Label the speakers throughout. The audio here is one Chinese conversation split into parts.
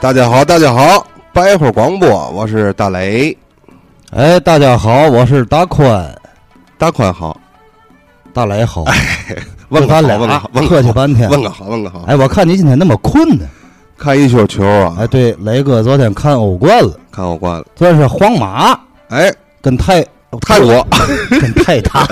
Speaker 1: 大家好，大家好，白话广播，我是大雷，
Speaker 2: 哎，大家好，我是大宽，
Speaker 1: 大宽好，
Speaker 2: 大雷好，
Speaker 1: 哎问个
Speaker 2: 咱
Speaker 1: 好，
Speaker 2: 俩
Speaker 1: 问个好，问
Speaker 2: 客
Speaker 1: 个
Speaker 2: 气
Speaker 1: 好，
Speaker 2: 半天。
Speaker 1: 问个好，问个好。
Speaker 2: 哎，我看你今天那么困呢。
Speaker 1: 看一宿球啊
Speaker 2: 哎，，对，雷哥昨天看欧冠了，
Speaker 1: 看我关了。
Speaker 2: 这是皇马
Speaker 1: 哎，
Speaker 2: 跟泰
Speaker 1: 泰国
Speaker 2: 跟泰达，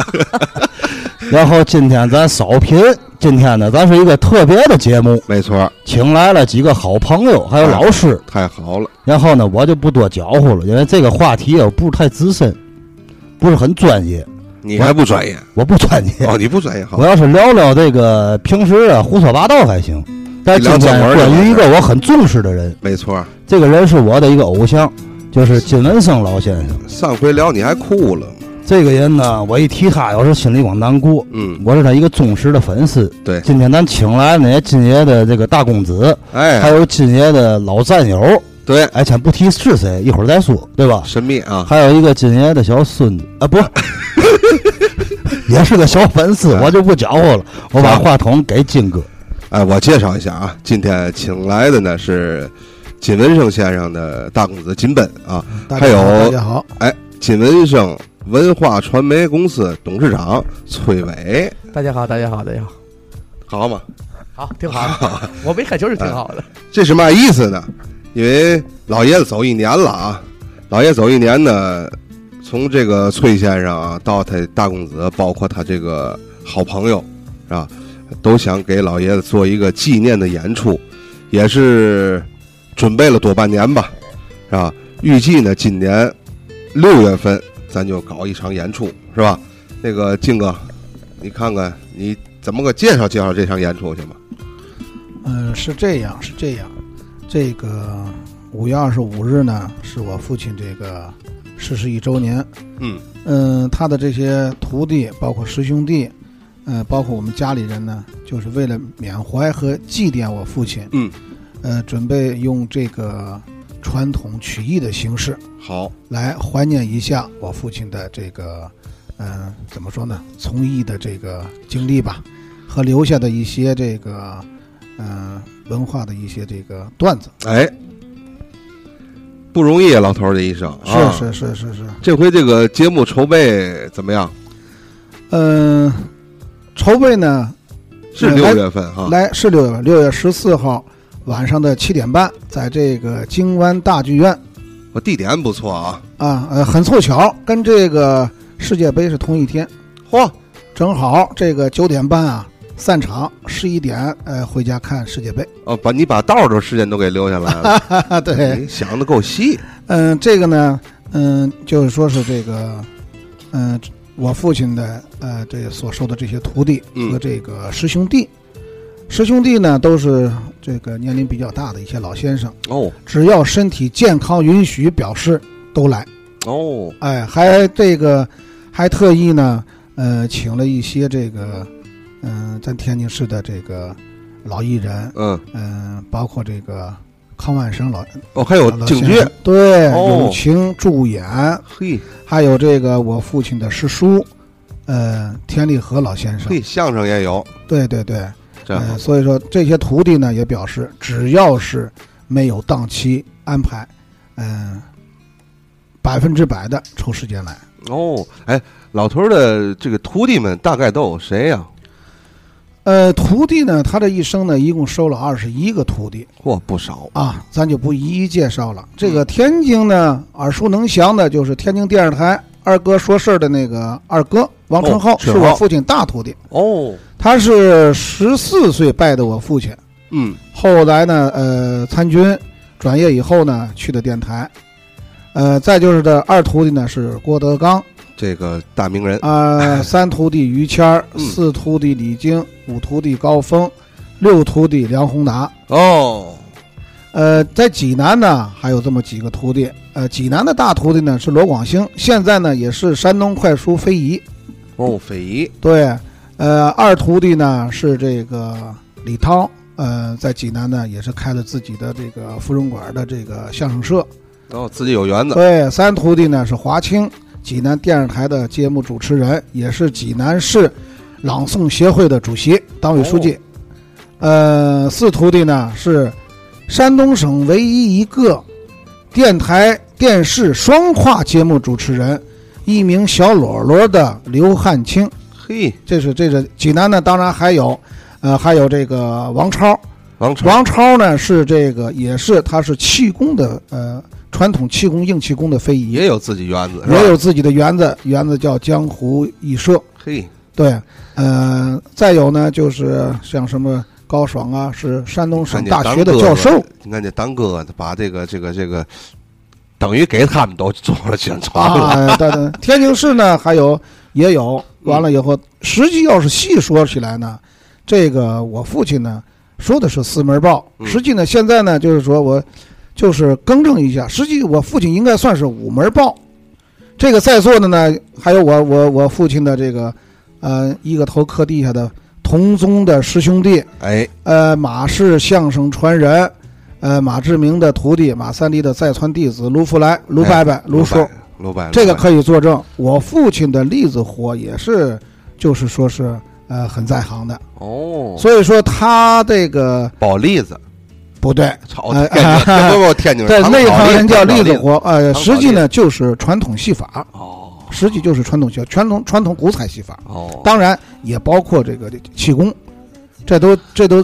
Speaker 2: 然后今天咱扫贫，今天呢，咱是一个特别的节目，
Speaker 1: 没错，
Speaker 2: 请来了几个好朋友，还有老师。
Speaker 1: 太好了。
Speaker 2: 然后呢，我就不多搅和了，因为这个话题啊不是太资深，不是很专业，
Speaker 1: 你还不专业
Speaker 2: 我不专业。
Speaker 1: 哦？你不专业好
Speaker 2: 我，要是聊聊这个平时啊胡说八道还行，但是今天关于一个我很重视的人，
Speaker 1: 没错。
Speaker 2: 这个人是我的一个偶像，就是金文生老先生。
Speaker 1: 上回聊你还哭了，
Speaker 2: 这个人呢，我一提他，有时候心里光难过。
Speaker 1: 嗯，
Speaker 2: 我是他一个忠实的粉丝。
Speaker 1: 对
Speaker 2: 今天咱请来呢也金爷的这个大公子，还
Speaker 1: 哎，
Speaker 2: 有金爷的老战友，
Speaker 1: 对，
Speaker 2: 哎，先不提是谁，一会儿再说，对吧？
Speaker 1: 神秘啊，
Speaker 2: 还有一个金爷的小孙子啊，不是， 也是个小粉丝，
Speaker 1: 啊
Speaker 2: 我就不搅和了，我把话筒给金哥。
Speaker 1: 哎，我介绍一下啊，今天请来的呢是金文生先生的大公子金奔啊，
Speaker 3: 嗯大
Speaker 1: 还
Speaker 3: 家好大
Speaker 1: 有
Speaker 3: 家好，
Speaker 1: 哎，金文生文化传媒公司董事长崔伟，
Speaker 4: 大家好，大家好，大家好，
Speaker 1: 好嘛？
Speaker 4: 好，挺好的。我没看球是挺好的，
Speaker 1: 这是嘛意思呢？因为老爷子走一年了啊，老爷走一年呢，从这个崔先生啊到他大公子，包括他这个好朋友，是吧？啊都想给老爷子做一个纪念的演出，也是准备了多半年吧，是吧？预计呢，今年六月份咱就搞一场演出，是吧？那个静哥，你看看你怎么个介绍介绍这场演出行吗？
Speaker 3: 嗯、是这样，是这样，这个五月二十五日呢，是我父亲这个逝世一周年，
Speaker 1: 嗯
Speaker 3: 嗯、他的这些徒弟，包括师兄弟，呃，包括我们家里人呢，就是为了缅怀和祭奠我父亲，
Speaker 1: 嗯，
Speaker 3: 呃，准备用这个传统曲艺的形式
Speaker 1: 好，
Speaker 3: 来怀念一下我父亲的这个，嗯、怎么说呢，从艺的这个经历吧，和留下的一些这个，嗯、文化的一些这个段子。
Speaker 1: 哎，不容易啊，老头儿这一生啊。
Speaker 3: 是是是是是，
Speaker 1: 这回这个节目筹备怎么样？
Speaker 3: 嗯、筹备呢
Speaker 1: 是
Speaker 3: 嗯
Speaker 1: 六
Speaker 3: 来
Speaker 1: 月份啊哈、
Speaker 3: 来是六月份，六月十四号晚上的七点半，在这个京湾大剧院
Speaker 1: 我哦地点不错啊。
Speaker 3: 啊，呃，很凑巧，跟这个世界杯是同一天，
Speaker 1: 嚯，
Speaker 3: 正好这个九点半啊散场，十一点呃回家看世界杯。
Speaker 1: 哦，把你把道儿的时间都给留下来了，
Speaker 3: 啊， 对，
Speaker 1: 你想的够细。
Speaker 3: 嗯，这个呢，嗯，就是说是这个，嗯，我父亲的呃，这所收的这些徒弟
Speaker 1: 嗯
Speaker 3: 和这个师兄弟，师兄弟呢都是这个年龄比较大的一些老先生，
Speaker 1: 哦
Speaker 3: 只要身体健康允许，表示都来。
Speaker 1: 哦，
Speaker 3: 哎，还这个还特意呢，呃，请了一些这个，嗯、咱天津市的这个老艺人，
Speaker 1: 嗯，
Speaker 3: 嗯、包括这个康万生老
Speaker 1: 哦，哦还有
Speaker 3: 老
Speaker 1: 京
Speaker 3: 先
Speaker 1: 剧
Speaker 3: 生，对，
Speaker 1: 哦
Speaker 3: 友情助演，
Speaker 1: 嘿
Speaker 3: 还有这个我父亲的师叔，呃，田立和老先生，
Speaker 1: 嘿，相声也有，
Speaker 3: 对对对，
Speaker 1: 这
Speaker 3: 呃，所以说这些徒弟呢也表示，只要是没有档期安排，嗯、百分之百的抽时间来。
Speaker 1: 哦，哎，老头儿的这个徒弟们大概都有谁呀、
Speaker 3: 呃，徒弟呢，他这一生呢，一共收了二十一个徒弟
Speaker 1: 嚯，不少。
Speaker 3: 啊，咱就不一一介绍了。这个天津呢，耳熟能详的就是天津电视台二哥说事儿的那个二哥王春
Speaker 1: 哦
Speaker 3: 浩，
Speaker 1: 春
Speaker 3: 是我
Speaker 1: 浩
Speaker 3: 父亲大徒弟。
Speaker 1: 哦，
Speaker 3: 他是十四岁拜的我父亲，
Speaker 1: 嗯，
Speaker 3: 后来呢，呃，参军，转业以后呢，去的电台。呃，再就是这二徒弟呢是郭德纲，
Speaker 1: 这个大名人，
Speaker 3: 呃，三徒弟于谦儿，
Speaker 1: 嗯
Speaker 3: 四徒弟李菁，五徒弟高峰，六徒弟梁宏达。
Speaker 1: 哦，
Speaker 3: 呃，在济南呢还有这么几个徒弟，呃，济南的大徒弟呢是罗广兴，现在呢也是山东快书非遗。
Speaker 1: 哦，匪夷，
Speaker 3: 对，呃，二徒弟呢是这个李涛，呃，在济南呢也是开了自己的这个芙蓉馆的这个相声社。
Speaker 1: 哦，自己有园子。
Speaker 3: 对，三徒弟呢是华清，济南电视台的节目主持人，也是济南市朗诵协会的主席、党委书记。呃，四徒弟呢是山东省唯一一个电台电视双跨节目主持人，一名小裸裸的刘汉卿。
Speaker 1: 嘿，
Speaker 3: 这是这是济南呢，当然还有，呃，还有这个王超。
Speaker 1: 王成
Speaker 3: 王超呢是这个也是他是气功的呃传统气功硬气功的非遗，
Speaker 1: 也有自己园子，是吧
Speaker 3: 也有自己的园子，园子叫江湖艺社。
Speaker 1: 嘿，
Speaker 3: 对，呃，再有呢就是像什么高爽啊，是山东省
Speaker 1: 看见
Speaker 3: 大学
Speaker 1: 当
Speaker 3: 的
Speaker 1: 哥
Speaker 3: 教
Speaker 1: 哥
Speaker 3: 授。
Speaker 1: 你看这当哥哥的把这个这个这个，等于给他们都做了宣传了。
Speaker 3: 啊，对 对，天津市呢还有也有，完了以后，实际要是细说起来呢，这个我父亲呢说的是四门报，
Speaker 1: 嗯
Speaker 3: 实际呢现在呢就是说我就是更正一下，实际我父亲应该算是五门报。这个在座的呢，还有我我我父亲的这个，呃，一个头磕地下的同宗的师兄弟，
Speaker 1: 哎，
Speaker 3: 呃，马氏相声传人，呃，马志明的徒弟，马三立的再传弟子卢福来、卢伯伯、哎卢叔，
Speaker 1: 伯，卢伯，
Speaker 3: 这个
Speaker 1: 卢伯
Speaker 3: 可以作证。我父亲的栗子活也是，就是说是呃很在行的，
Speaker 1: 哦，
Speaker 3: 所以说他这个
Speaker 1: 保栗子，
Speaker 3: 不对，
Speaker 1: 炒
Speaker 3: 哎
Speaker 1: 天津，不不，天津
Speaker 3: 在
Speaker 1: 糖
Speaker 3: 内
Speaker 1: 炒
Speaker 3: 行人叫
Speaker 1: 糖
Speaker 3: 栗
Speaker 1: 炒
Speaker 3: 子活，呃，
Speaker 1: 糖炒栗子
Speaker 3: 实际呢就是传统戏法，
Speaker 1: 哦
Speaker 3: 实际就是传统戏传统传统古彩戏法，
Speaker 1: 哦，
Speaker 3: 当然也包括这个气功，这都这都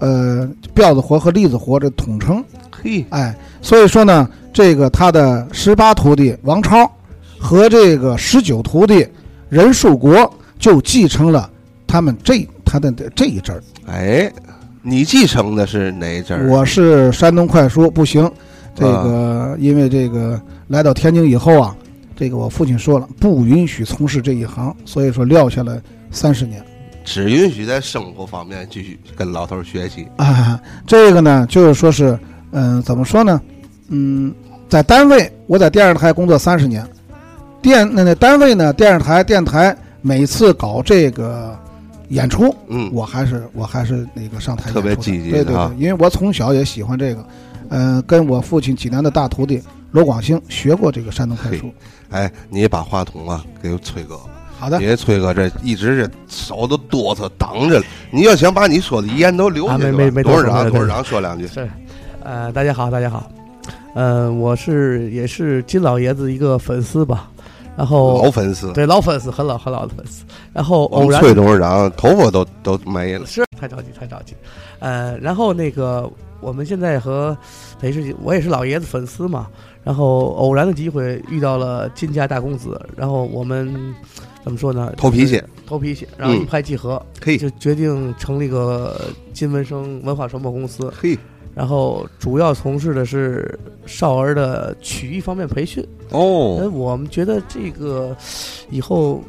Speaker 3: 呃辫子活和栗子活这统称。
Speaker 1: 嘿，
Speaker 3: 哎，所以说呢，这个他的十八徒弟王超和这个十九徒弟任树国就继承了他们这他的这一支儿。
Speaker 1: 哎，你继承的是哪一阵儿？
Speaker 3: 我是山东快书，不行，这个因为这个来到天津以后啊，这个我父亲说了不允许从事这一行，所以说撂下了三十年。
Speaker 1: 只允许在生活方面继续跟老头儿学习。
Speaker 3: 啊， 这个呢，就是说是，嗯，怎么说呢？嗯，在单位，我在电视台工作三十年，电那那单位呢，电视台电台每次搞这个演出，
Speaker 1: 嗯，
Speaker 3: 我还是我还是那个上台演
Speaker 1: 特别
Speaker 3: 出的
Speaker 1: 积极
Speaker 3: 对
Speaker 1: 的
Speaker 3: 对
Speaker 1: 啊
Speaker 3: 对，因为我从小也喜欢这个，嗯，跟我父亲济南的大徒弟罗广兴学过这个山东快书。
Speaker 1: 哎，你把话筒啊给崔哥，
Speaker 3: 好的，
Speaker 1: 别崔哥这一直这手都哆嗦挡着了。你要想把你说的遗言都留下
Speaker 4: 啊
Speaker 1: 去
Speaker 4: 没
Speaker 1: 吧，
Speaker 4: 没没
Speaker 1: 董事
Speaker 4: 多少
Speaker 1: 长，
Speaker 4: 没
Speaker 1: 董
Speaker 4: 多
Speaker 1: 事
Speaker 4: 少
Speaker 1: 长说两句。
Speaker 4: 是，
Speaker 1: 哎
Speaker 4: 呃，大家好，大家好，呃，我是也是金老爷子一个粉丝吧，然后
Speaker 1: 老粉丝，
Speaker 4: 哦对老粉丝，很老很老的粉丝，然后
Speaker 1: 我
Speaker 4: 偶
Speaker 1: 们
Speaker 4: 然
Speaker 1: 崔董事长头发都都没了。
Speaker 4: 是太着急，太着急。呃，然后那个我们现在和等于是我也是老爷子粉丝嘛，然后偶然的机会遇到了金家大公子，然后我们怎么说呢？
Speaker 1: 头皮屑，
Speaker 4: 头皮屑，然后一
Speaker 1: 嗯
Speaker 4: 拍即合，
Speaker 1: 嘿
Speaker 4: 就决定成立个金文生文化传播公司，
Speaker 1: 嘿，
Speaker 4: 然后主要从事的是少儿的曲艺方面培训。哎，
Speaker 1: 哦，
Speaker 4: 我们觉得这个以后。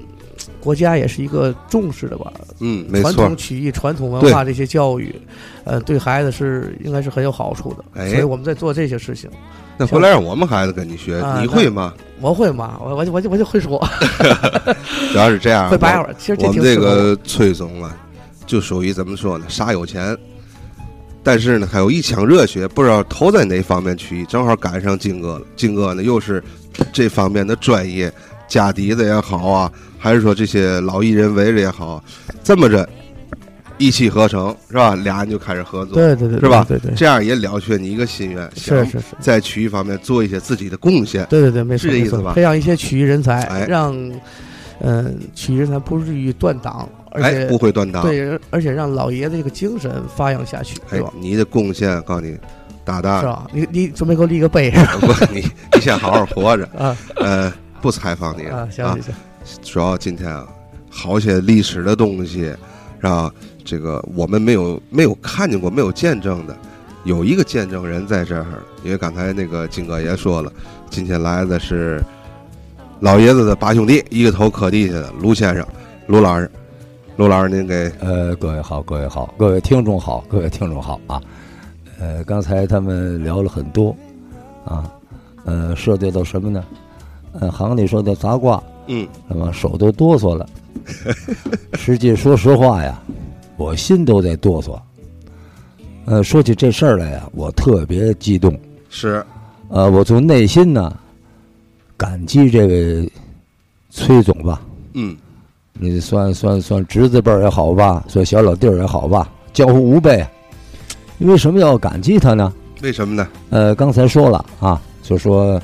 Speaker 4: 国家也是一个重视的吧，
Speaker 1: 嗯，没
Speaker 4: 传
Speaker 1: 错
Speaker 4: 统，曲艺、传统
Speaker 1: 对
Speaker 4: 文化这些教育，呃，对孩子是应该是很有好处的。
Speaker 1: 哎
Speaker 4: 所以我们在做这些事情。
Speaker 1: 那回来让我们孩子跟你学，
Speaker 4: 啊
Speaker 1: 你会吗？
Speaker 4: 我会骂，我我就我就我就会说，
Speaker 1: 主要是这样，
Speaker 4: 会白
Speaker 1: 我
Speaker 4: 话。其实这
Speaker 1: 啊我
Speaker 4: 挺
Speaker 1: 们这
Speaker 4: 适合我
Speaker 1: 个崔总啊，就属于怎么说呢？傻有钱，但是呢，还有一腔热血，不知道投在哪方面去，正好赶上金哥了。金哥呢，又是这方面的专业，家底子也好啊，还是说这些老艺人围着也好，这么着一气呵成，是吧？俩人就开始合作，
Speaker 4: 对对对，
Speaker 1: 是吧
Speaker 4: 对对，
Speaker 1: 这样也了却你一个心愿，
Speaker 4: 是
Speaker 1: 想
Speaker 4: 是是，
Speaker 1: 在曲艺方面做一些自己的贡献。
Speaker 4: 对对对，没错，
Speaker 1: 是这
Speaker 4: 没
Speaker 1: 意思
Speaker 4: 错
Speaker 1: 吧
Speaker 4: 培养一些曲艺人
Speaker 1: 哎
Speaker 4: 才，让嗯、曲艺人才不至于断档，而
Speaker 1: 哎，
Speaker 4: 且、
Speaker 1: 不会断档。
Speaker 4: 对，而且让老爷子这个精神发扬下去，
Speaker 1: 哎啊
Speaker 4: 对吧，？
Speaker 1: 你的贡献，告诉你，大大
Speaker 4: 是
Speaker 1: 的，
Speaker 4: 吧？你你准备给我立个碑是吧？
Speaker 1: 不， 你你先好好活着。
Speaker 4: 啊
Speaker 1: 呃，不采访你
Speaker 4: 啊，行
Speaker 1: 啊
Speaker 4: 行行，
Speaker 1: 主要今天啊，好些历史的东西，让这个我们没有没有看见过、没有见证的，有一个见证人在这儿。因为刚才那个金哥也说了，今天来的是老爷子的八兄弟，一个头磕地下的卢先生、卢老师。卢老师，您给
Speaker 2: 呃，各位好，各位好，各位听众好，各位听众好啊。呃，刚才他们聊了很多啊，呃，涉及到什么呢？呃，行里说的杂卦，
Speaker 1: 嗯，
Speaker 2: 那么手都哆嗦了。实际说实话呀，我心都在哆嗦。呃，说起这事儿来呀，我特别激动。
Speaker 1: 是
Speaker 2: 呃，我从内心呢感激这位崔总吧，
Speaker 1: 嗯
Speaker 2: 你算算算侄子辈儿也啊好吧，算小老弟儿也好吧，江湖无辈。因为什么要感激他呢？
Speaker 1: 为什么呢？
Speaker 2: 呃，刚才说了啊，就说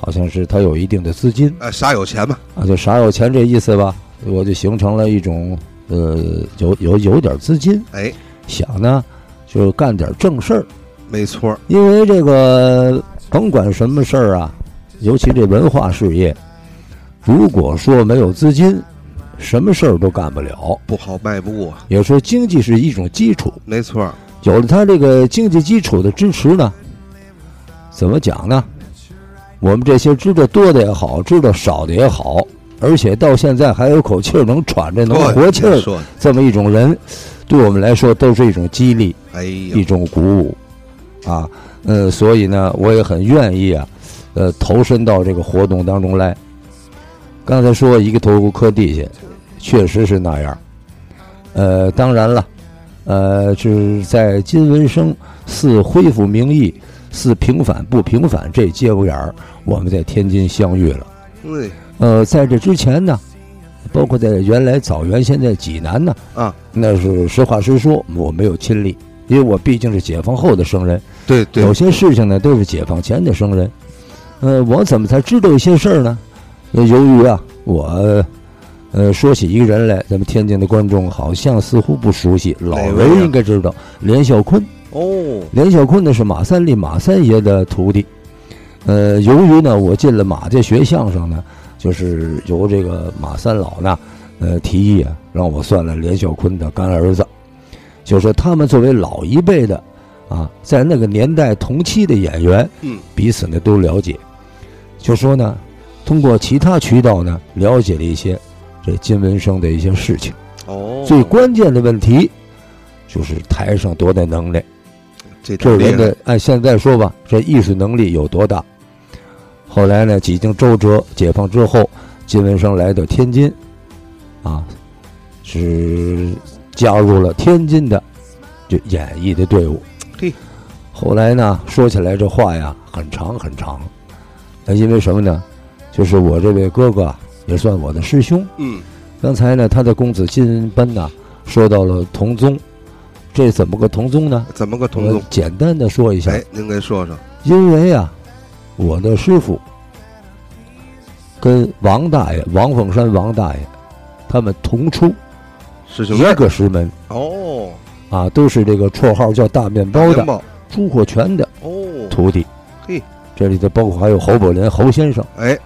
Speaker 2: 好像是他有一定的资金
Speaker 1: 呃，啥有钱嘛，
Speaker 2: 啊，就啥有钱这意思吧，我就形成了一种呃，有有有点资金，
Speaker 1: 哎，
Speaker 2: 想呢就干点正事儿，
Speaker 1: 没错儿，
Speaker 2: 因为这个甭管什么事儿啊，尤其这文化事业，如果说没有资金，什么事儿都干不了。
Speaker 1: 不好迈不过，
Speaker 2: 也说经济是一种基础，
Speaker 1: 没错儿，
Speaker 2: 有了它这个经济基础的支持呢，怎么讲呢？我们这些知道多的也好，知道少的也好，而且到现在还有口气儿能喘着、能活气儿，
Speaker 1: 说的，
Speaker 2: 这么一种人，对我们来说都是一种激励。
Speaker 1: 哎
Speaker 2: 一
Speaker 1: 呀，
Speaker 2: 种鼓舞，啊，呃，所以呢，我也很愿意啊，呃，投身到这个活动当中来。刚才说一个头磕地下，确实是那样。呃，当然了，呃，就是在金文生似恢复名义，似平反不平反这节骨眼儿，我们在天津相遇了。
Speaker 1: 对，
Speaker 2: 呃，在这之前呢，包括在原来枣园，现在济南呢，
Speaker 1: 啊，
Speaker 2: 那是实话实说，我没有亲历，因为我毕竟是解放后的生人，
Speaker 1: 对
Speaker 2: 有
Speaker 1: 对，
Speaker 2: 些事情呢都是解放前的生人。呃，我怎么才知道一些事儿呢？呃由于啊，我呃说起一个人来，咱们天津的观众好像似乎不熟悉，老
Speaker 1: 哪位啊
Speaker 2: 人
Speaker 1: 呀
Speaker 2: 应该知道连孝坤。
Speaker 1: 哦，
Speaker 2: 连孝坤呢是马三立马三爷的徒弟，呃，由于呢我进了马家学相声呢，就是由这个马三老呢，呃提议啊让我算了连孝坤的干儿子，就说他们作为老一辈的啊，在那个年代同期的演员，
Speaker 1: 嗯，
Speaker 2: 彼此呢都了解，就说呢通过其他渠道呢了解了一些这金文生的一些事情，
Speaker 1: 哦，
Speaker 2: 最关键的问题就是台上多大能耐。
Speaker 1: 这太
Speaker 2: 这
Speaker 1: 厉
Speaker 2: 人
Speaker 1: 害了
Speaker 2: 的按现在说吧，这艺术能力有多大？后来呢，几经周折，解放之后，金文生来到天津，啊，是加入了天津的就演艺的队伍。
Speaker 1: 嘿，
Speaker 2: 后来呢，说起来这话呀，很长很长。那因为什么呢？就是我这位哥哥啊也算我的师兄，
Speaker 1: 嗯，
Speaker 2: 刚才呢，他的公子金奔呐、说到了同宗，这怎么个同宗呢？
Speaker 1: 怎么个同
Speaker 2: 我
Speaker 1: 宗？
Speaker 2: 简单的说一下，
Speaker 1: 哎，您给说说，
Speaker 2: 因为啊，我的师傅跟王大爷、王凤山王大爷他们同出
Speaker 1: 师兄弟
Speaker 2: 一个师门
Speaker 1: 哦，
Speaker 2: 啊，都是这个绰号叫大面包
Speaker 1: 面
Speaker 2: 的
Speaker 1: 包
Speaker 2: 朱火全的
Speaker 1: 哦，
Speaker 2: 徒弟。
Speaker 1: 嘿，
Speaker 2: 这里头包括还有侯宝林侯先生。
Speaker 1: 哎，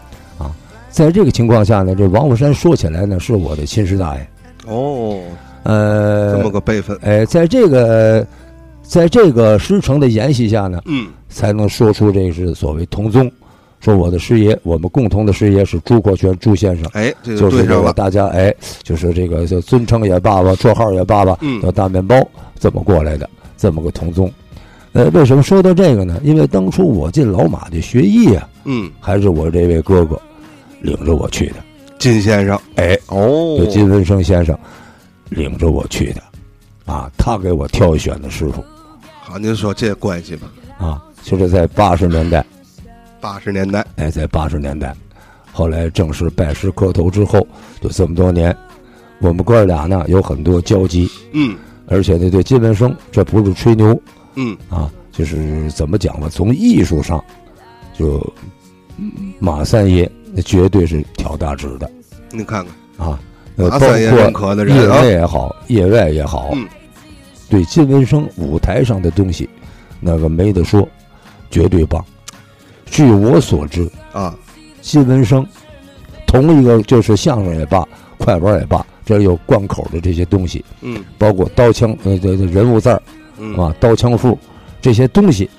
Speaker 2: 在这个情况下呢，这王凤山说起来呢，是我的亲师大爷。
Speaker 1: 哦，
Speaker 2: 呃，
Speaker 1: 这么个辈分，
Speaker 2: 哎，在这个在这个师承的沿袭下呢，
Speaker 1: 嗯，
Speaker 2: 才能说出这是所谓同宗。说我的师爷，我们共同的师爷是朱国权朱先生，
Speaker 1: 哎，这就
Speaker 2: 就
Speaker 1: 是对
Speaker 2: 这
Speaker 1: 上
Speaker 2: 个
Speaker 1: 了，
Speaker 2: 大家哎，就是这个就尊称也罢吧，绰号也罢吧，
Speaker 1: 嗯
Speaker 2: 叫大面包这么过来的，这么个同宗。呃，为什么说到这个呢？因为当初我进老马的学艺啊，
Speaker 1: 嗯，
Speaker 2: 还是我这位哥哥领着我去的，
Speaker 1: 金先生，
Speaker 2: 哎，
Speaker 1: 哦
Speaker 2: 就，金文生先生领着我去的，啊，他给我挑选的师傅。
Speaker 1: 好，您说这关系吧，
Speaker 2: 啊，就是在八十年代，
Speaker 1: 八十年代，
Speaker 2: 哎，在八十年代，后来正式拜师磕头之后，就这么多年，我们哥俩呢有很多交集，
Speaker 1: 嗯
Speaker 2: 而且呢对金文生这不是吹牛
Speaker 1: 嗯，
Speaker 2: 啊，就是怎么讲吧，从艺术上，就嗯马三爷那绝对是挑大指的
Speaker 1: 您看看，
Speaker 2: 啊，呃，
Speaker 1: 马
Speaker 2: 包
Speaker 1: 三爷认
Speaker 2: 括
Speaker 1: 可的
Speaker 2: 业
Speaker 1: 人啊
Speaker 2: 内，也好，业外也好，
Speaker 1: 嗯
Speaker 2: 对金文生舞台上的东西，那个没得说，绝对棒。据我所知，
Speaker 1: 啊，
Speaker 2: 新闻生，同一个就是相声也罢，快板也罢，这有贯口的这些东西，
Speaker 1: 嗯
Speaker 2: 包括刀枪呃这这人物字儿
Speaker 1: 嗯，
Speaker 2: 啊，刀枪赋这些东西，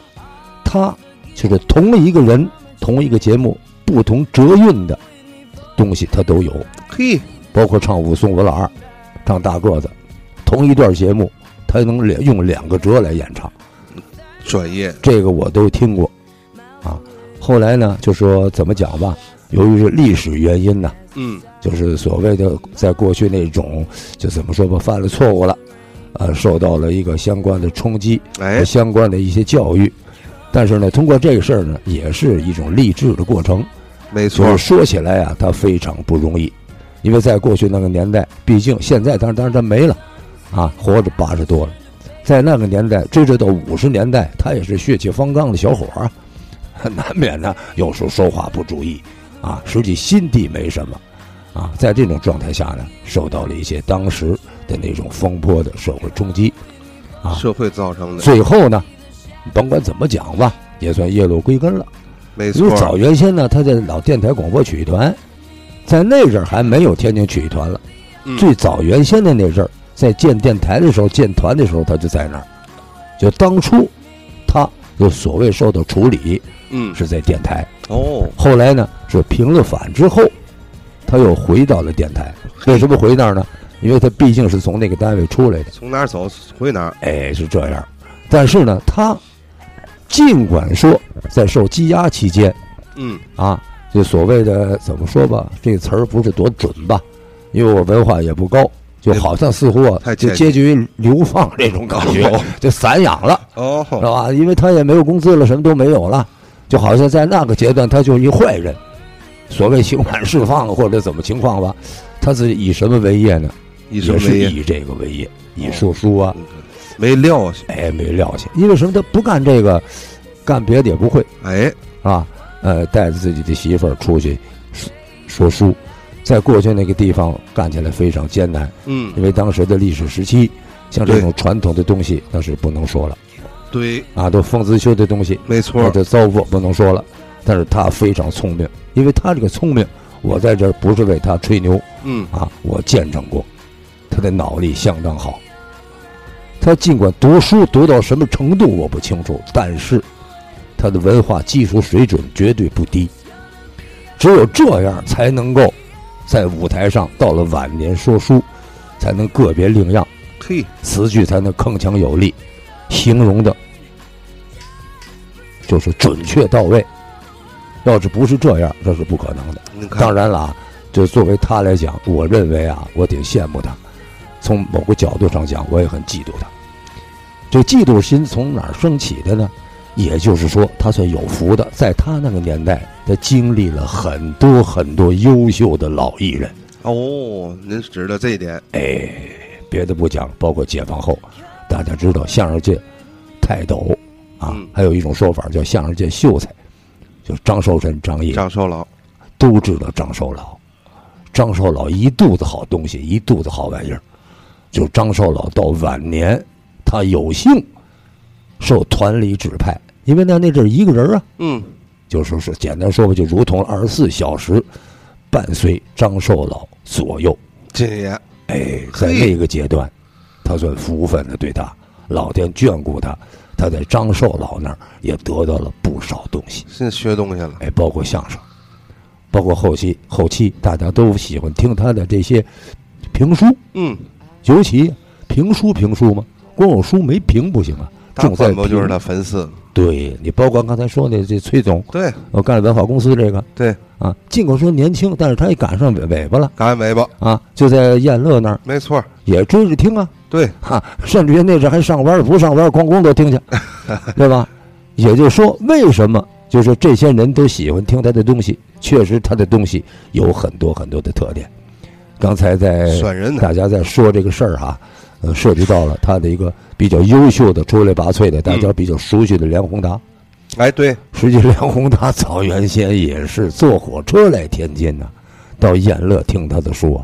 Speaker 2: 它就是同一个人、同一个节目不同折韵的东西，它都有，
Speaker 1: 嘿，
Speaker 2: 包括唱武松我老二，唱大个子，同一段节目，它能两用两个折来演唱。
Speaker 1: 专业，
Speaker 2: 这个我都听过，啊，后来呢，就说怎么讲吧，由于是历史原因呢、
Speaker 1: 嗯，
Speaker 2: 就是所谓的在过去那种，就怎么说吧，犯了错误了，呃，受到了一个相关的冲击
Speaker 1: 哎
Speaker 2: 和，相关的一些教育，但是呢，通过这个事儿呢，也是一种励志的过程。
Speaker 1: 没
Speaker 2: 所
Speaker 1: 错
Speaker 2: 以，说起来啊，它非常不容易，因为在过去那个年代，毕竟现在当然当然它没了，啊，活着八十多了，在那个年代，追着到五十年代，他也是血气方刚的小伙儿， 难免呢有时候说话不注意啊，实际心地没什么啊，在这种状态下呢，受到了一些当时的那种风波的社会冲击啊，
Speaker 1: 社会造成的，
Speaker 2: 最后呢，甭管怎么讲吧，也算叶落归根了。
Speaker 1: 没
Speaker 2: 因
Speaker 1: 错
Speaker 2: 为，早原先呢，他在老电台广播曲艺团，在那阵儿还没有天津曲艺团了。
Speaker 1: 嗯
Speaker 2: 最早原先的那阵儿，在建电台的时候、建团的时候，他就在那儿。就当初，他就所谓受到处理
Speaker 1: 嗯
Speaker 2: 是在电台，
Speaker 1: 哦，
Speaker 2: 后来呢是平了反之后，他又回到了电台。为什么回那儿呢？因为他毕竟是从那个单位出来的。
Speaker 1: 从哪儿走回哪儿，
Speaker 2: 哎，是这样。但是呢，他尽管说在受羁押期间
Speaker 1: 嗯
Speaker 2: 啊，就所谓的怎么说吧，这个词儿不是多准吧，因为我文化也不高，就好像似乎啊
Speaker 1: 太
Speaker 2: 就
Speaker 1: 谦虚
Speaker 2: 接近于流放这种感觉，就散养了，知
Speaker 1: 哦，
Speaker 2: 道吧？因为他也没有工资了，什么都没有了，就好像在那个阶段他就是一坏人，所谓刑满释放或者怎么情况吧，他是以什么为业呢？
Speaker 1: 一生
Speaker 2: 也是
Speaker 1: 没业，
Speaker 2: 以这个为业，以
Speaker 1: 哦
Speaker 2: 说书啊，
Speaker 1: 没撂下，
Speaker 2: 哎，没撂下，因为什么？他不干这个，干别的也不会
Speaker 1: 哎，
Speaker 2: 啊。呃，带着自己的媳妇儿出去说说书，在过去那个地方干起来非常艰难，
Speaker 1: 嗯
Speaker 2: 因，为当时的历史时期，像这种传统的东西那是不能说了
Speaker 1: 对，
Speaker 2: 啊，都风姿修的东西，
Speaker 1: 没错
Speaker 2: 那，就糟粕不能说了。但是他非常聪明，因为他这个聪明，我在这儿不是为他吹牛，
Speaker 1: 嗯，
Speaker 2: 啊，我见证过，他的脑力相当好。他尽管读书读到什么程度我不清楚，但是他的文化技术水准绝对不低。只有这样才能够在舞台上到了晚年说书，才能个别另样，
Speaker 1: 嘿，
Speaker 2: 词句才能铿锵有力，形容的，就是准确到位。要是不是这样，这是不可能的。
Speaker 1: 您看，
Speaker 2: 当然了啊，就作为他来讲，我认为啊，我挺羡慕他。从某个角度上讲，我也很嫉妒他。这嫉妒心从哪儿升起的呢？也就是说，他算有福的，在他那个年代，他经历了很多很多优秀的老艺人。
Speaker 1: 哦，您指的这一点，
Speaker 2: 哎，别的不讲，包括解放后，大家知道相声界泰斗啊
Speaker 1: 嗯，
Speaker 2: 还有一种说法叫相声界秀才，就是张寿臣、张毅、
Speaker 1: 张寿老，
Speaker 2: 都知道张寿老。张寿老一肚子好东西，一肚子好玩意儿。就张寿老到晚年，他有幸受团里指派，因为呢那阵儿一个人啊，
Speaker 1: 嗯，
Speaker 2: 就说是简单说吧，就如同二十四小时伴随张寿老左右。
Speaker 1: 金爷，
Speaker 2: 哎，在那个阶段，他算福分的对他，老天眷顾他，他在张寿老那儿也得到了不少东西。
Speaker 1: 现在学东西了，
Speaker 2: 哎，包括相声，包括后期后期大家都喜欢听他的这些评书，
Speaker 1: 嗯，
Speaker 2: 尤其评书评书嘛，光有书没评不行啊，
Speaker 1: 大
Speaker 2: 重在
Speaker 1: 管不就是
Speaker 2: 评
Speaker 1: 他粉丝？
Speaker 2: 对你包括刚才说的这崔总，
Speaker 1: 对
Speaker 2: 我干了文化公司这个
Speaker 1: 对，
Speaker 2: 啊，尽管说年轻，但是他也赶上尾尾巴了
Speaker 1: 赶尾巴，
Speaker 2: 啊，就在燕乐那儿
Speaker 1: 没错，
Speaker 2: 也追着听啊，
Speaker 1: 对，
Speaker 2: 哈、甚至于那阵还上班不上班，光光都听去，对吧？也就是说，为什么就是这些人都喜欢听他的东西？确实，他的东西有很多很多的特点。刚才在
Speaker 1: 选人呢，
Speaker 2: 大家在说这个事儿、哈，呃，涉及到了他的一个比较优秀的、出类拔萃的，大家比较熟悉的梁宏达。
Speaker 1: 哎，对，
Speaker 2: 实际梁宏达早原先也是坐火车来天津呢、到燕乐听他的书啊，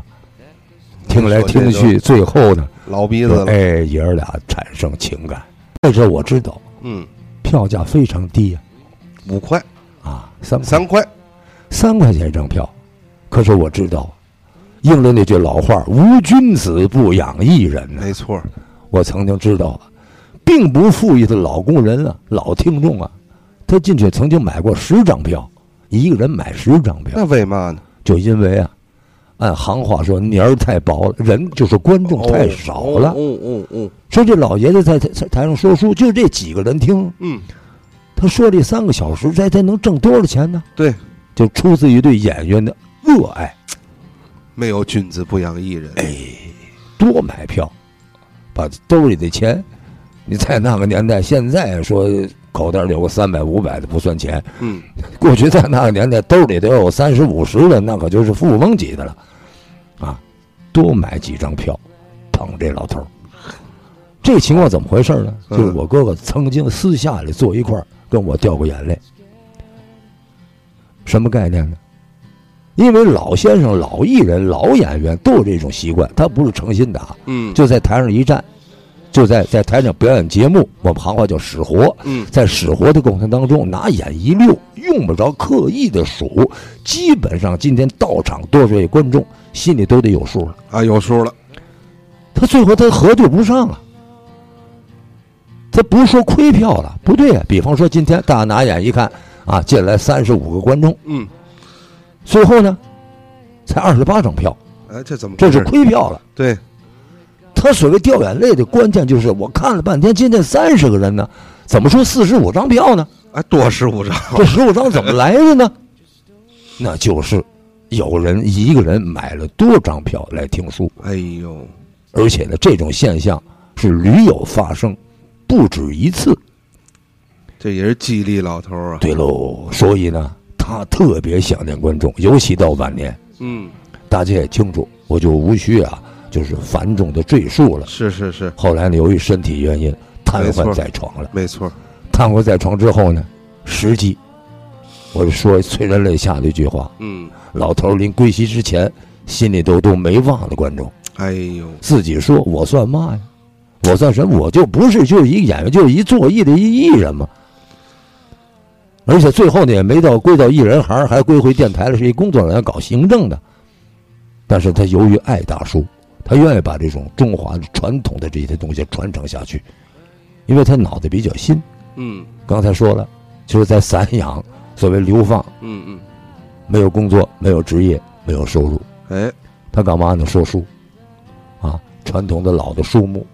Speaker 2: 听来听去，最后呢，
Speaker 1: 老鼻子了，
Speaker 2: 哎，爷儿俩产生情感。那时候我知道
Speaker 1: 嗯，
Speaker 2: 票价非常低呀、
Speaker 1: 五块，
Speaker 2: 啊，三
Speaker 1: 三块，
Speaker 2: 三块钱一张票，可是我知道，应了那句老话“无君子不养艺人”呢。
Speaker 1: 没错，
Speaker 2: 我曾经知道，啊并不富裕的老工人啊、老听众啊，他进去曾经买过十张票，一个人买十张票，
Speaker 1: 那为嘛呢？
Speaker 2: 就因为啊，按行话说，泥儿太薄了，人就是观众太少了。
Speaker 1: 哦哦哦，哦
Speaker 2: 说这老爷子在台在台上说书，就这几个人听，
Speaker 1: 嗯，
Speaker 2: 他说这三个小时，他他能挣多少钱呢？
Speaker 1: 对，
Speaker 2: 就出自于对演员的热爱，
Speaker 1: 没有君子不养艺人，
Speaker 2: 哎多买票，把兜里的钱，你在那个年代，现在说口袋里有个三百五百的不算钱，
Speaker 1: 嗯，
Speaker 2: 过去在那个年代兜里都有三十五十的，那可就是富翁级的了，啊，多买几张票，捧这老头儿这情况怎么回事呢？就
Speaker 1: 嗯
Speaker 2: 是我哥哥曾经私下里坐一块儿跟我掉过眼泪，什么概念呢？因为老先生、老艺人、老演员都有这种习惯，他不是诚心的啊，
Speaker 1: 嗯，
Speaker 2: 就在台上一站，就在在台上表演节目，我们行话叫使活，
Speaker 1: 嗯
Speaker 2: 在使活的过程当中，拿眼一溜，用不着刻意的数，基本上今天到场多少位观众心里都得有数了。
Speaker 1: 啊，有数了，
Speaker 2: 他最后他合对不上了，他不是说亏票了，不对啊。比方说今天大家拿眼一看啊，进来三十五个观众，
Speaker 1: 嗯，
Speaker 2: 最后呢才二十八张票，
Speaker 1: 哎，这怎么
Speaker 2: 这
Speaker 1: 回
Speaker 2: 是
Speaker 1: 事？
Speaker 2: 亏票了。
Speaker 1: 对，
Speaker 2: 他所谓掉眼泪的关键就是，我看了半天，今天三十个人呢，怎么说四十五张票呢？
Speaker 1: 哎，多十五张，
Speaker 2: 这十五张怎么来的呢？那就是有人一个人买了多张票来听书，
Speaker 1: 哎呦，
Speaker 2: 而且呢，这种现象是屡有发生，不止一次。
Speaker 1: 这也是激励老头儿啊，
Speaker 2: 对喽，所以呢，他特别想念观众，尤其到晚年，
Speaker 1: 嗯，
Speaker 2: 大家也清楚，我就无需啊，就是繁重的赘述了。
Speaker 1: 是是是，
Speaker 2: 后来呢，由于身体原因，瘫
Speaker 1: 没错
Speaker 2: 痪在床了。
Speaker 1: 没错儿，
Speaker 2: 瘫痪在床之后呢，实际，我就说催人泪下的一句话：
Speaker 1: 嗯，
Speaker 2: 老头儿临归西之前，心里都都没忘了观众，
Speaker 1: 哎呦，
Speaker 2: 自己说我算嘛呀？我算什么？我就不是就是一个演员，就是一做艺的一艺人嘛。而且最后呢，也没到归到艺人行，还归回电台了，是一工作人员搞行政的。但是他由于爱大叔，他愿意把这种中华传统的这些东西传承下去，因为他脑子比较新。
Speaker 1: 嗯
Speaker 2: 刚才说了，就是在散养，所谓流放，
Speaker 1: 嗯
Speaker 2: 没有工作，没有职业，没有收入，
Speaker 1: 嗯，哎，
Speaker 2: 他干嘛呢？说书，啊，传统的老的书目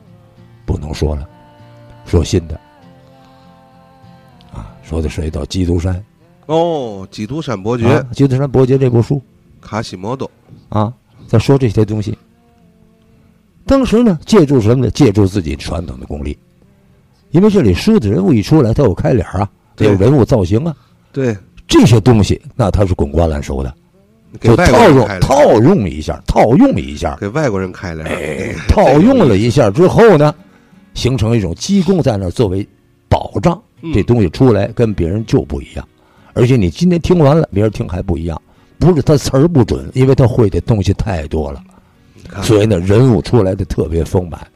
Speaker 2: 不能说了，说新的，啊，说的是一道《基督山
Speaker 1: 哦，基督山伯》爵，
Speaker 2: 啊，《基督山伯爵》这部书
Speaker 1: 卡西莫多，
Speaker 2: 啊，在说这些东西。当时呢，借助什么呢？借助自己传统的功力，因为这里书的人物一出来，他有开脸啊，
Speaker 1: 对
Speaker 2: 有人物造型啊，
Speaker 1: 对，
Speaker 2: 这些东西，那他是滚瓜烂熟的，
Speaker 1: 给
Speaker 2: 就
Speaker 1: 外
Speaker 2: 套
Speaker 1: 国人
Speaker 2: 用
Speaker 1: 开脸，
Speaker 2: 套用一下，套用一下，
Speaker 1: 给外国人开脸，
Speaker 2: 哎，套用了一下之后呢，形成一种鸡公在那儿作为保障，
Speaker 1: 嗯
Speaker 2: 这东西出来跟别人就不一样。而且你今天听完了，明儿听还不一样。不是他词儿不准，因为他会的东西太多了，
Speaker 1: 你看
Speaker 2: 所以呢，人物出来的特别丰满，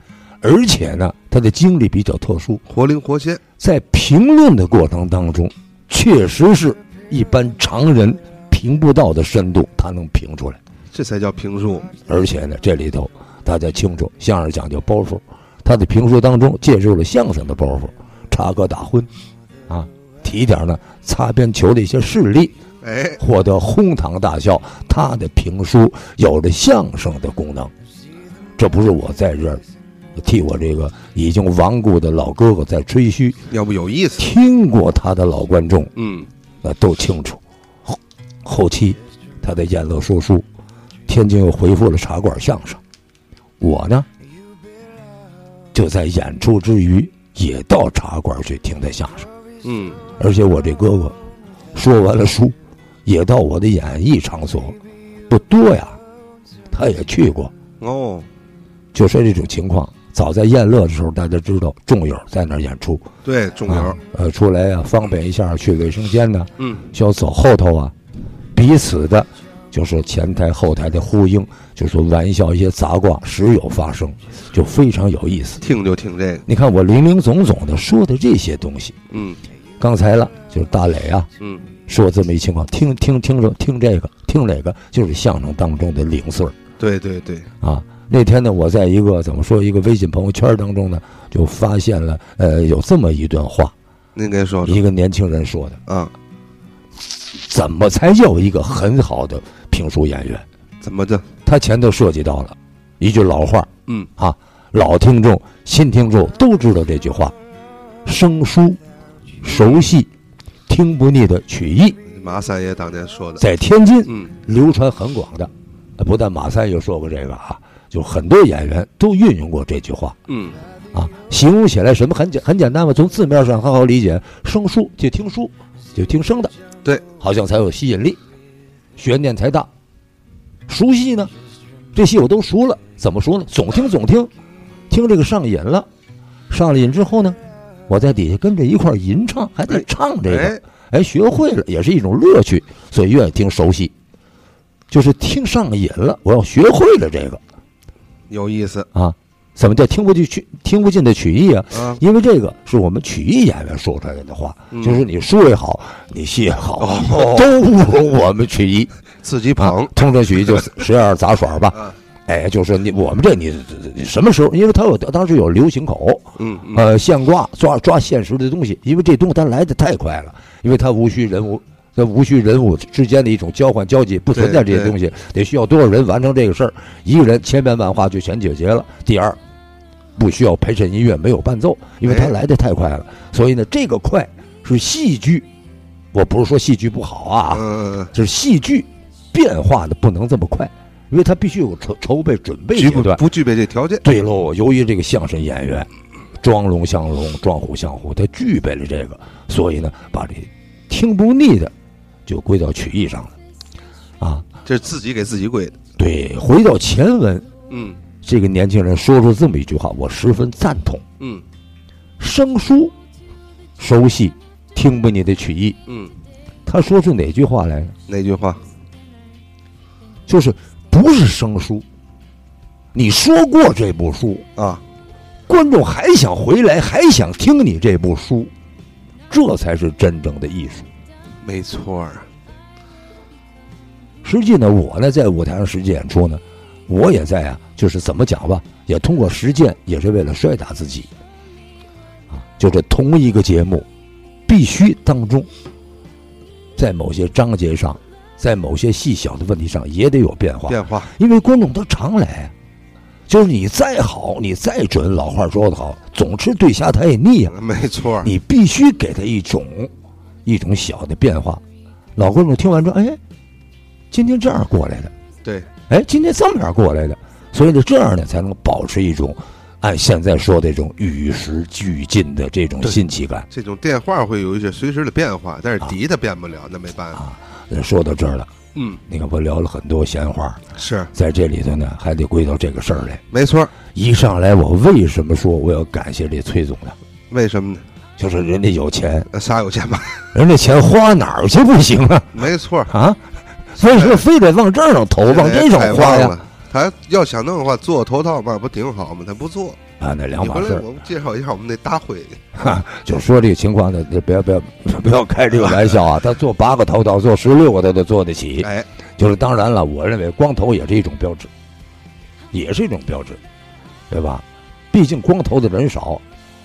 Speaker 2: 而且呢，他的经历比较特殊，
Speaker 1: 活灵活现，
Speaker 2: 在评论的过程当中，确实是一般常人评不到的深度，他能评出来。
Speaker 1: 这才叫评书，
Speaker 2: 而且呢，这里头大家清楚，相声讲究包袱，他的评书当中借助了相声的包袱，插科打诨，啊，提点呢擦边球的一些事例，
Speaker 1: 哎，
Speaker 2: 获得哄堂大笑。他的评书有着相声的功能，这不是我在这儿替我这个已经亡故的老哥哥在吹嘘，
Speaker 1: 要不有意思，
Speaker 2: 听过他的老观众
Speaker 1: 嗯，
Speaker 2: 那啊都清楚。后后期他的宴乐说书，天津又恢复了茶馆相声。我呢，就在演出之余也到茶馆去听他相声，
Speaker 1: 嗯，
Speaker 2: 而且我这哥哥说完了书，也到我的演艺场所，不多呀，他也去过。
Speaker 1: 哦，
Speaker 2: 就说这种情况，早在宴乐的时候，大家知道众友在那儿演出，
Speaker 1: 对，中
Speaker 2: 啊
Speaker 1: 流，
Speaker 2: 呃，出来呀、方便一下去卫生间呢、
Speaker 1: 嗯，
Speaker 2: 就要走后头啊，彼此的，就是前台后台的呼应，就说玩笑一些杂卦时有发生，就非常有意思。
Speaker 1: 听就听这个，
Speaker 2: 你看我零零总总的说的这些东西，
Speaker 1: 嗯
Speaker 2: 刚才了就是大磊啊
Speaker 1: 嗯，
Speaker 2: 说这么一情况，听听听着听这个听哪个，就是相声当中的零碎儿
Speaker 1: 对对对，
Speaker 2: 啊。那天呢，我在一个怎么说一个微信朋友圈当中呢，就发现了呃有这么一段话，
Speaker 1: 您给说说
Speaker 2: 一个年轻人说的，
Speaker 1: 啊，
Speaker 2: 怎么才叫一个很好的评书演员？
Speaker 1: 怎么的，
Speaker 2: 他前头涉及到了一句老话，
Speaker 1: 嗯
Speaker 2: 啊，老听众、新听众都知道这句话：生疏、熟悉、听不腻的曲艺，
Speaker 1: 马三爷当年说的，
Speaker 2: 在天津
Speaker 1: 嗯，
Speaker 2: 流传很广的。呃不但马三也说过这个啊，就很多演员都运用过这句话
Speaker 1: 嗯，
Speaker 2: 啊，形容起来什么很简很简单嘛，从字面上很好理解，生疏就听书，就听生的，
Speaker 1: 对，
Speaker 2: 好像才有吸引力，悬念才大。熟悉呢，这戏我都熟了，怎么熟呢？总听总听，听这个上瘾了，上了瘾之后呢，我在底下跟着一块儿吟唱，还得唱这个，
Speaker 1: 哎，
Speaker 2: 哎，学会了也是一种乐趣，所以愿意听熟悉，就是听上瘾了，我要学会了这个
Speaker 1: 有意思
Speaker 2: 啊。怎么叫听不进去、听不进的曲艺啊？
Speaker 1: 啊！
Speaker 2: 因为这个是我们曲艺演员说出来的话，
Speaker 1: 嗯
Speaker 2: 就是你书也好，你戏也好，
Speaker 1: 哦
Speaker 2: 都不如我们 曲艺。
Speaker 1: 自己
Speaker 2: 啊
Speaker 1: 捧，
Speaker 2: 通 常曲艺就十二杂耍
Speaker 1: 啊
Speaker 2: 吧。哎，就是你我们这你你什么时候？因为他有当时有流行口，
Speaker 1: 嗯嗯
Speaker 2: 呃，现挂抓抓现实的东西，因为这东西它来的太快了，因为它无需人物，它无需人物之间的一种交换交际，不存在这些东西，得需要多少人完成这个事儿，一个人千变万化就全解决了。第二，不需要陪衬音乐，没有伴奏，因为它
Speaker 1: 哎
Speaker 2: 来的太快了，所以呢，这个快是戏剧，我不是说戏剧不好啊，
Speaker 1: 嗯，
Speaker 2: 就是戏剧变化的不能这么快，因为它必须有筹筹备准备
Speaker 1: 具
Speaker 2: 阶
Speaker 1: 不
Speaker 2: 段。
Speaker 1: 不具备这条件，
Speaker 2: 对喽，由于这个相声演员装聋像聋，装虎像虎，他具备了这个，所以呢，把这听不腻的就归到曲艺上了。啊，
Speaker 1: 这是自己给自己归的。
Speaker 2: 对，回到前文，
Speaker 1: 嗯
Speaker 2: 这个年轻人说出这么一句话，我十分赞同：
Speaker 1: 嗯
Speaker 2: 生疏、熟悉、听不腻的曲艺。
Speaker 1: 嗯，
Speaker 2: 他说出哪句话来呢？
Speaker 1: 那句话，
Speaker 2: 就是不是生疏，你说过这部书，
Speaker 1: 啊，
Speaker 2: 观众还想回来，还想听你这部书，这才是真正的艺术。
Speaker 1: 没错儿，
Speaker 2: 实际呢，我呢在舞台上实际演出呢，我也在啊，就是怎么讲吧，也通过实践，也是为了摔打自己。啊，就这同一个节目，必须当中，在某些章节上，在某些细小的问题上也得有变化。
Speaker 1: 变 化
Speaker 2: 因为观众他常来，就是你再好，你再准，老话说得好，总吃对虾他也腻啊。
Speaker 1: 没错儿，
Speaker 2: 你必须给他一种一种小的变化。老观众听完之后，哎，今天这样过来的，
Speaker 1: 对，
Speaker 2: 哎，今天这么样过来的，所以呢，这样呢才能保持一种按现在说的这种与时俱进的这种
Speaker 1: 对
Speaker 2: 新奇感。
Speaker 1: 这种电话会有一些随时的变化，但是
Speaker 2: 啊
Speaker 1: 底它变不了，那没办法。
Speaker 2: 呃说到这儿了，
Speaker 1: 嗯，
Speaker 2: 你看我聊了很多闲话，
Speaker 1: 是
Speaker 2: 在这里头呢，还得归到这个事儿来。
Speaker 1: 没错儿。
Speaker 2: 一上来我为什么说我要感谢这崔总呢？
Speaker 1: 为什么呢？
Speaker 2: 就是人家有钱，
Speaker 1: 呃仨有钱吧？
Speaker 2: 人家钱花哪儿去不行啊
Speaker 1: 没错儿，
Speaker 2: 啊！所以说非得往这儿上投，往这上
Speaker 1: 哎太
Speaker 2: 花
Speaker 1: 棒
Speaker 2: 呀
Speaker 1: 了。他要想弄的话，做头套嘛不挺好吗？他不做。
Speaker 2: 啊，那两
Speaker 1: 你
Speaker 2: 码
Speaker 1: 回
Speaker 2: 事
Speaker 1: 来
Speaker 2: 儿。
Speaker 1: 我们介绍一下我们那大会，
Speaker 2: 哈，就说这个情况呢，就不要不要 不要开这个玩笑啊！他做八个头套，做十六个他都做得起。
Speaker 1: 哎，
Speaker 2: 就是当然了，我认为光头也是一种标志，也是一种标志，对吧？毕竟光头的人少，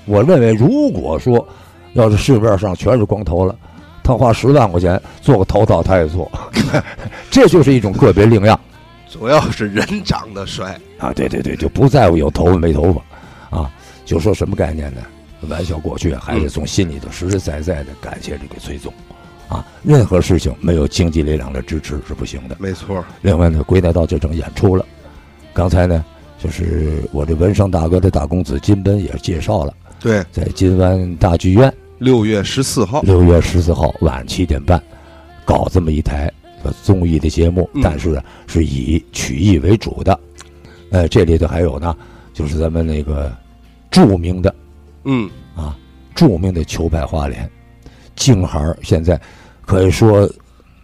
Speaker 2: 我认为如果说要是市面上全是光头了，他花十万块钱做个头套他也做， 这就是一种个别另样
Speaker 1: 主要是人长得帅，
Speaker 2: 啊！对对对，就不在乎有头发没头发啊，就说什么概念呢？玩笑过去，还是从心里头实实在在的感谢这个崔总啊！任何事情没有经济力量的支持是不行的。
Speaker 1: 没错儿。
Speaker 2: 另外呢，归纳到这整演出了。刚才呢，就是我这文生大哥的大公子金奔也介绍了，
Speaker 1: 对，
Speaker 2: 在金湾大剧院
Speaker 1: 六月十四号，
Speaker 2: 六月十四号晚七点半搞这么一台呃综艺的节目
Speaker 1: 嗯，
Speaker 2: 但是呢是以曲艺为主的。呃，这里头还有呢，就是咱们那个著名的
Speaker 1: 嗯，
Speaker 2: 啊，著名的球派花脸，京孩儿现在可以说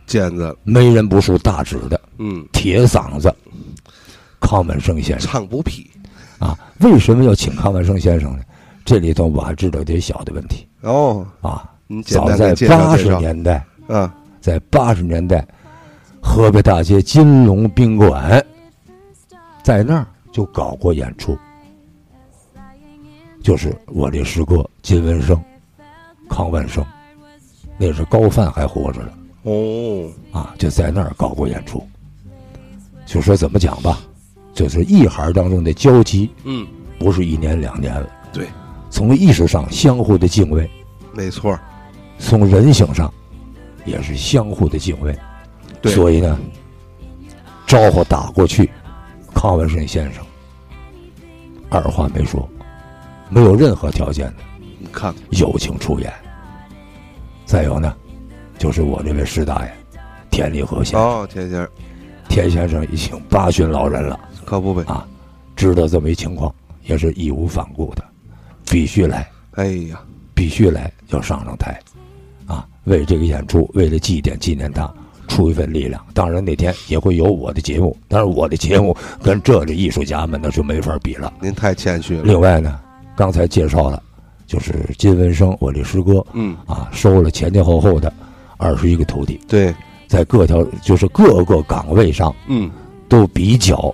Speaker 1: 见着了，
Speaker 2: 没人不竖大指的
Speaker 1: 嗯，
Speaker 2: 铁嗓子康本生先生。
Speaker 1: 唱不屁
Speaker 2: 啊，为什么要请康万生先生呢？这里头我还知道点小的问题
Speaker 1: 哦，
Speaker 2: 啊。
Speaker 1: 你简
Speaker 2: 早
Speaker 1: 单
Speaker 2: 在
Speaker 1: 的介绍
Speaker 2: 八
Speaker 1: 介
Speaker 2: 十
Speaker 1: 绍，
Speaker 2: 年代，
Speaker 1: 啊，
Speaker 2: 在八十年代，河北大街金龙宾馆，在那儿就搞过演出，就是我这师哥金文生、康万生，那是高范还活着呢。
Speaker 1: 哦，
Speaker 2: 啊，就在那儿搞过演出。就说怎么讲吧，就是艺行当中的交集，
Speaker 1: 嗯，
Speaker 2: 不是一年两年了。
Speaker 1: 对，
Speaker 2: 从艺术上相互的敬畏，
Speaker 1: 没错儿，
Speaker 2: 从人性上也是相互的敬畏。
Speaker 1: 对
Speaker 2: 所以呢，招呼打过去，康文顺先生二话没说，没有任何条件的
Speaker 1: 你看看，
Speaker 2: 友情出演。再有呢，就是我这位师大爷田立和先生。
Speaker 1: 哦，田先生，
Speaker 2: 田先生已经八旬老人了，
Speaker 1: 可不呗，
Speaker 2: 知道这么一情况，也是义无反顾的，必须来，
Speaker 1: 哎呀，
Speaker 2: 必须来，要上上台，啊，为这个演出，为了祭奠纪念他，出一份力量。当然那天也会有我的节目，但是我的节目跟这里艺术家们那就没法比了。
Speaker 1: 您太谦虚了。
Speaker 2: 另外呢，刚才介绍了，就是金文生，我这师哥
Speaker 1: 嗯，
Speaker 2: 啊，收了前前后后的二十一个徒弟，
Speaker 1: 对，
Speaker 2: 在各条就是各个岗位上
Speaker 1: 嗯，
Speaker 2: 都比较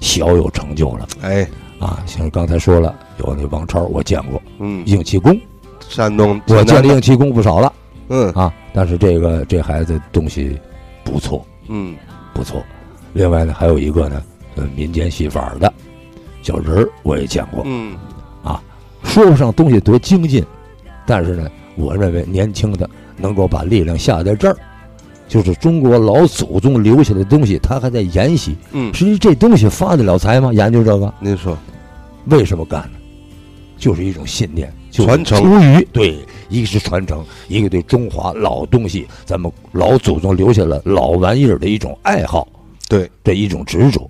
Speaker 2: 小有成就了
Speaker 1: 哎，
Speaker 2: 啊。像刚才说了，有那王超，我见过
Speaker 1: 嗯，
Speaker 2: 硬气功，
Speaker 1: 山东，
Speaker 2: 我见了硬气功不少了
Speaker 1: 嗯
Speaker 2: 啊。但是这个这孩子东西不错
Speaker 1: 嗯，
Speaker 2: 不错。另外呢，还有一个呢，呃，民间戏法的小人儿我也见过，
Speaker 1: 嗯，
Speaker 2: 说不上东西多精进，但是呢，我认为年轻的能够把力量下在这儿，就是中国老祖宗留下的东西，他还在沿袭。
Speaker 1: 嗯，
Speaker 2: 实际这东西发得了财吗？研究这个
Speaker 1: 您说，
Speaker 2: 为什么干呢？就是一种信念，就是
Speaker 1: 传承
Speaker 2: 出于对，一个是传承，一个对中华老东西，咱们老祖宗留下了老玩意儿的一种爱好，
Speaker 1: 对
Speaker 2: 这一种执着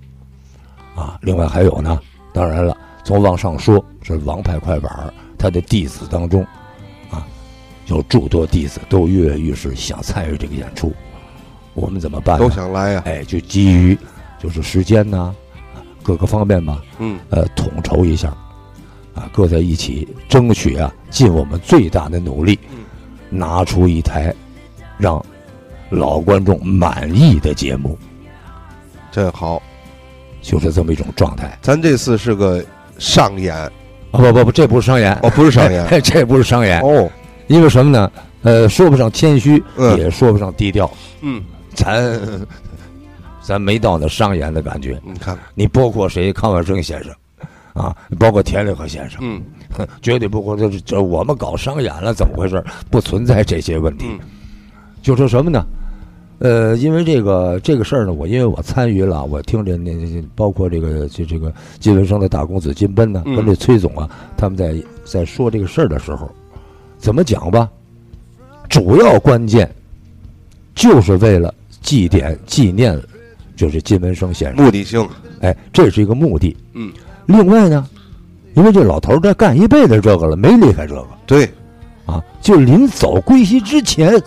Speaker 2: 啊。另外还有呢，当然了，从往上说，这王牌快板儿他的弟子当中啊，有诸多弟子都跃跃欲试，想参与这个演出。我们怎么办呢？
Speaker 1: 都想来啊呀，
Speaker 2: 哎，就基于就是时间呐、啊各个方面吧，
Speaker 1: 嗯，
Speaker 2: 呃，统筹一下，啊，各在一起争取啊，尽我们最大的努力
Speaker 1: 嗯，
Speaker 2: 拿出一台让老观众满意的节目，
Speaker 1: 真好。
Speaker 2: 就是这么一种状态。
Speaker 1: 咱这次是个上演，
Speaker 2: 啊，不不不，这不是商演，
Speaker 1: 哦，不是上演，
Speaker 2: 哎 这不是商演，
Speaker 1: 哦，
Speaker 2: 因为什么呢？呃，说不上谦虚，
Speaker 1: 嗯
Speaker 2: 也说不上低调，
Speaker 1: 嗯，
Speaker 2: 咱咱没到那商演的感觉。
Speaker 1: 嗯你看看，
Speaker 2: 你包括谁？康万生先生，啊，包括田立和先生，
Speaker 1: 嗯
Speaker 2: 绝对不过这这我们搞商演了，怎么回事？不存在这些问题。
Speaker 1: 嗯
Speaker 2: 就说什么呢？呃，因为这个这个事儿呢，我因为我参与了，我听着那那包括这个这这个金文生的大公子金奔呢，
Speaker 1: 嗯
Speaker 2: 跟这崔总啊，他们在在说这个事儿的时候，怎么讲吧？主要关键就是为了祭奠纪念，就是金文生先生。
Speaker 1: 目的性，
Speaker 2: 哎，这是一个目的。
Speaker 1: 嗯，
Speaker 2: 另外呢，因为这老头儿这干一辈子这个了，没离开这个
Speaker 1: 对，
Speaker 2: 啊，就临走归西之前，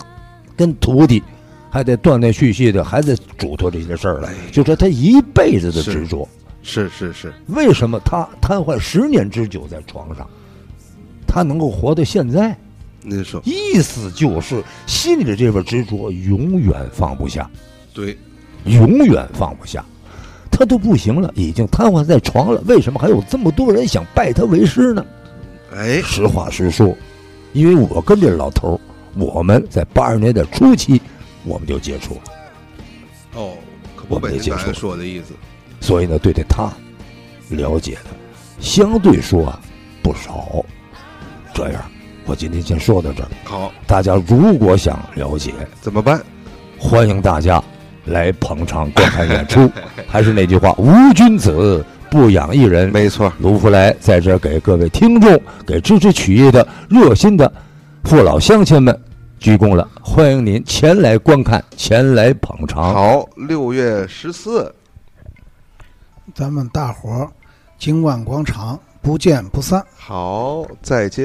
Speaker 2: 跟徒弟还得断断续续的，还得嘱托这些事儿来
Speaker 1: 哎。
Speaker 2: 就说他一辈子的
Speaker 1: 是
Speaker 2: 执着，
Speaker 1: 是是是，
Speaker 2: 为什么他瘫痪十年之久在床上，他能够活到现在？
Speaker 1: 您说
Speaker 2: 意思就是心里的这份执着永远放不下。
Speaker 1: 对，
Speaker 2: 永远放不下。他都不行了，已经瘫痪在床了，为什么还有这么多人想拜他为师呢？
Speaker 1: 哎，
Speaker 2: 实话实说，因为我跟这老头儿，我们在八十年代初期我们就接触了，
Speaker 1: 哦，可不被您刚才说的意思，
Speaker 2: 所以呢，对待他了解的相对说啊不少。这样，我今天先说到这儿。
Speaker 1: 好，
Speaker 2: 大家如果想了解，
Speaker 1: 怎么办？
Speaker 2: 欢迎大家来捧场观看演出。还是那句话，无君子不养艺人。
Speaker 1: 没错，
Speaker 2: 啊卢福来在这儿给各位听众、给支持曲艺的热心的父老乡亲们鞠躬了，欢迎您前来观看，前来捧场。
Speaker 1: 好，六月十四，
Speaker 3: 咱们大伙儿金万广场不见不散。
Speaker 1: 好，再见。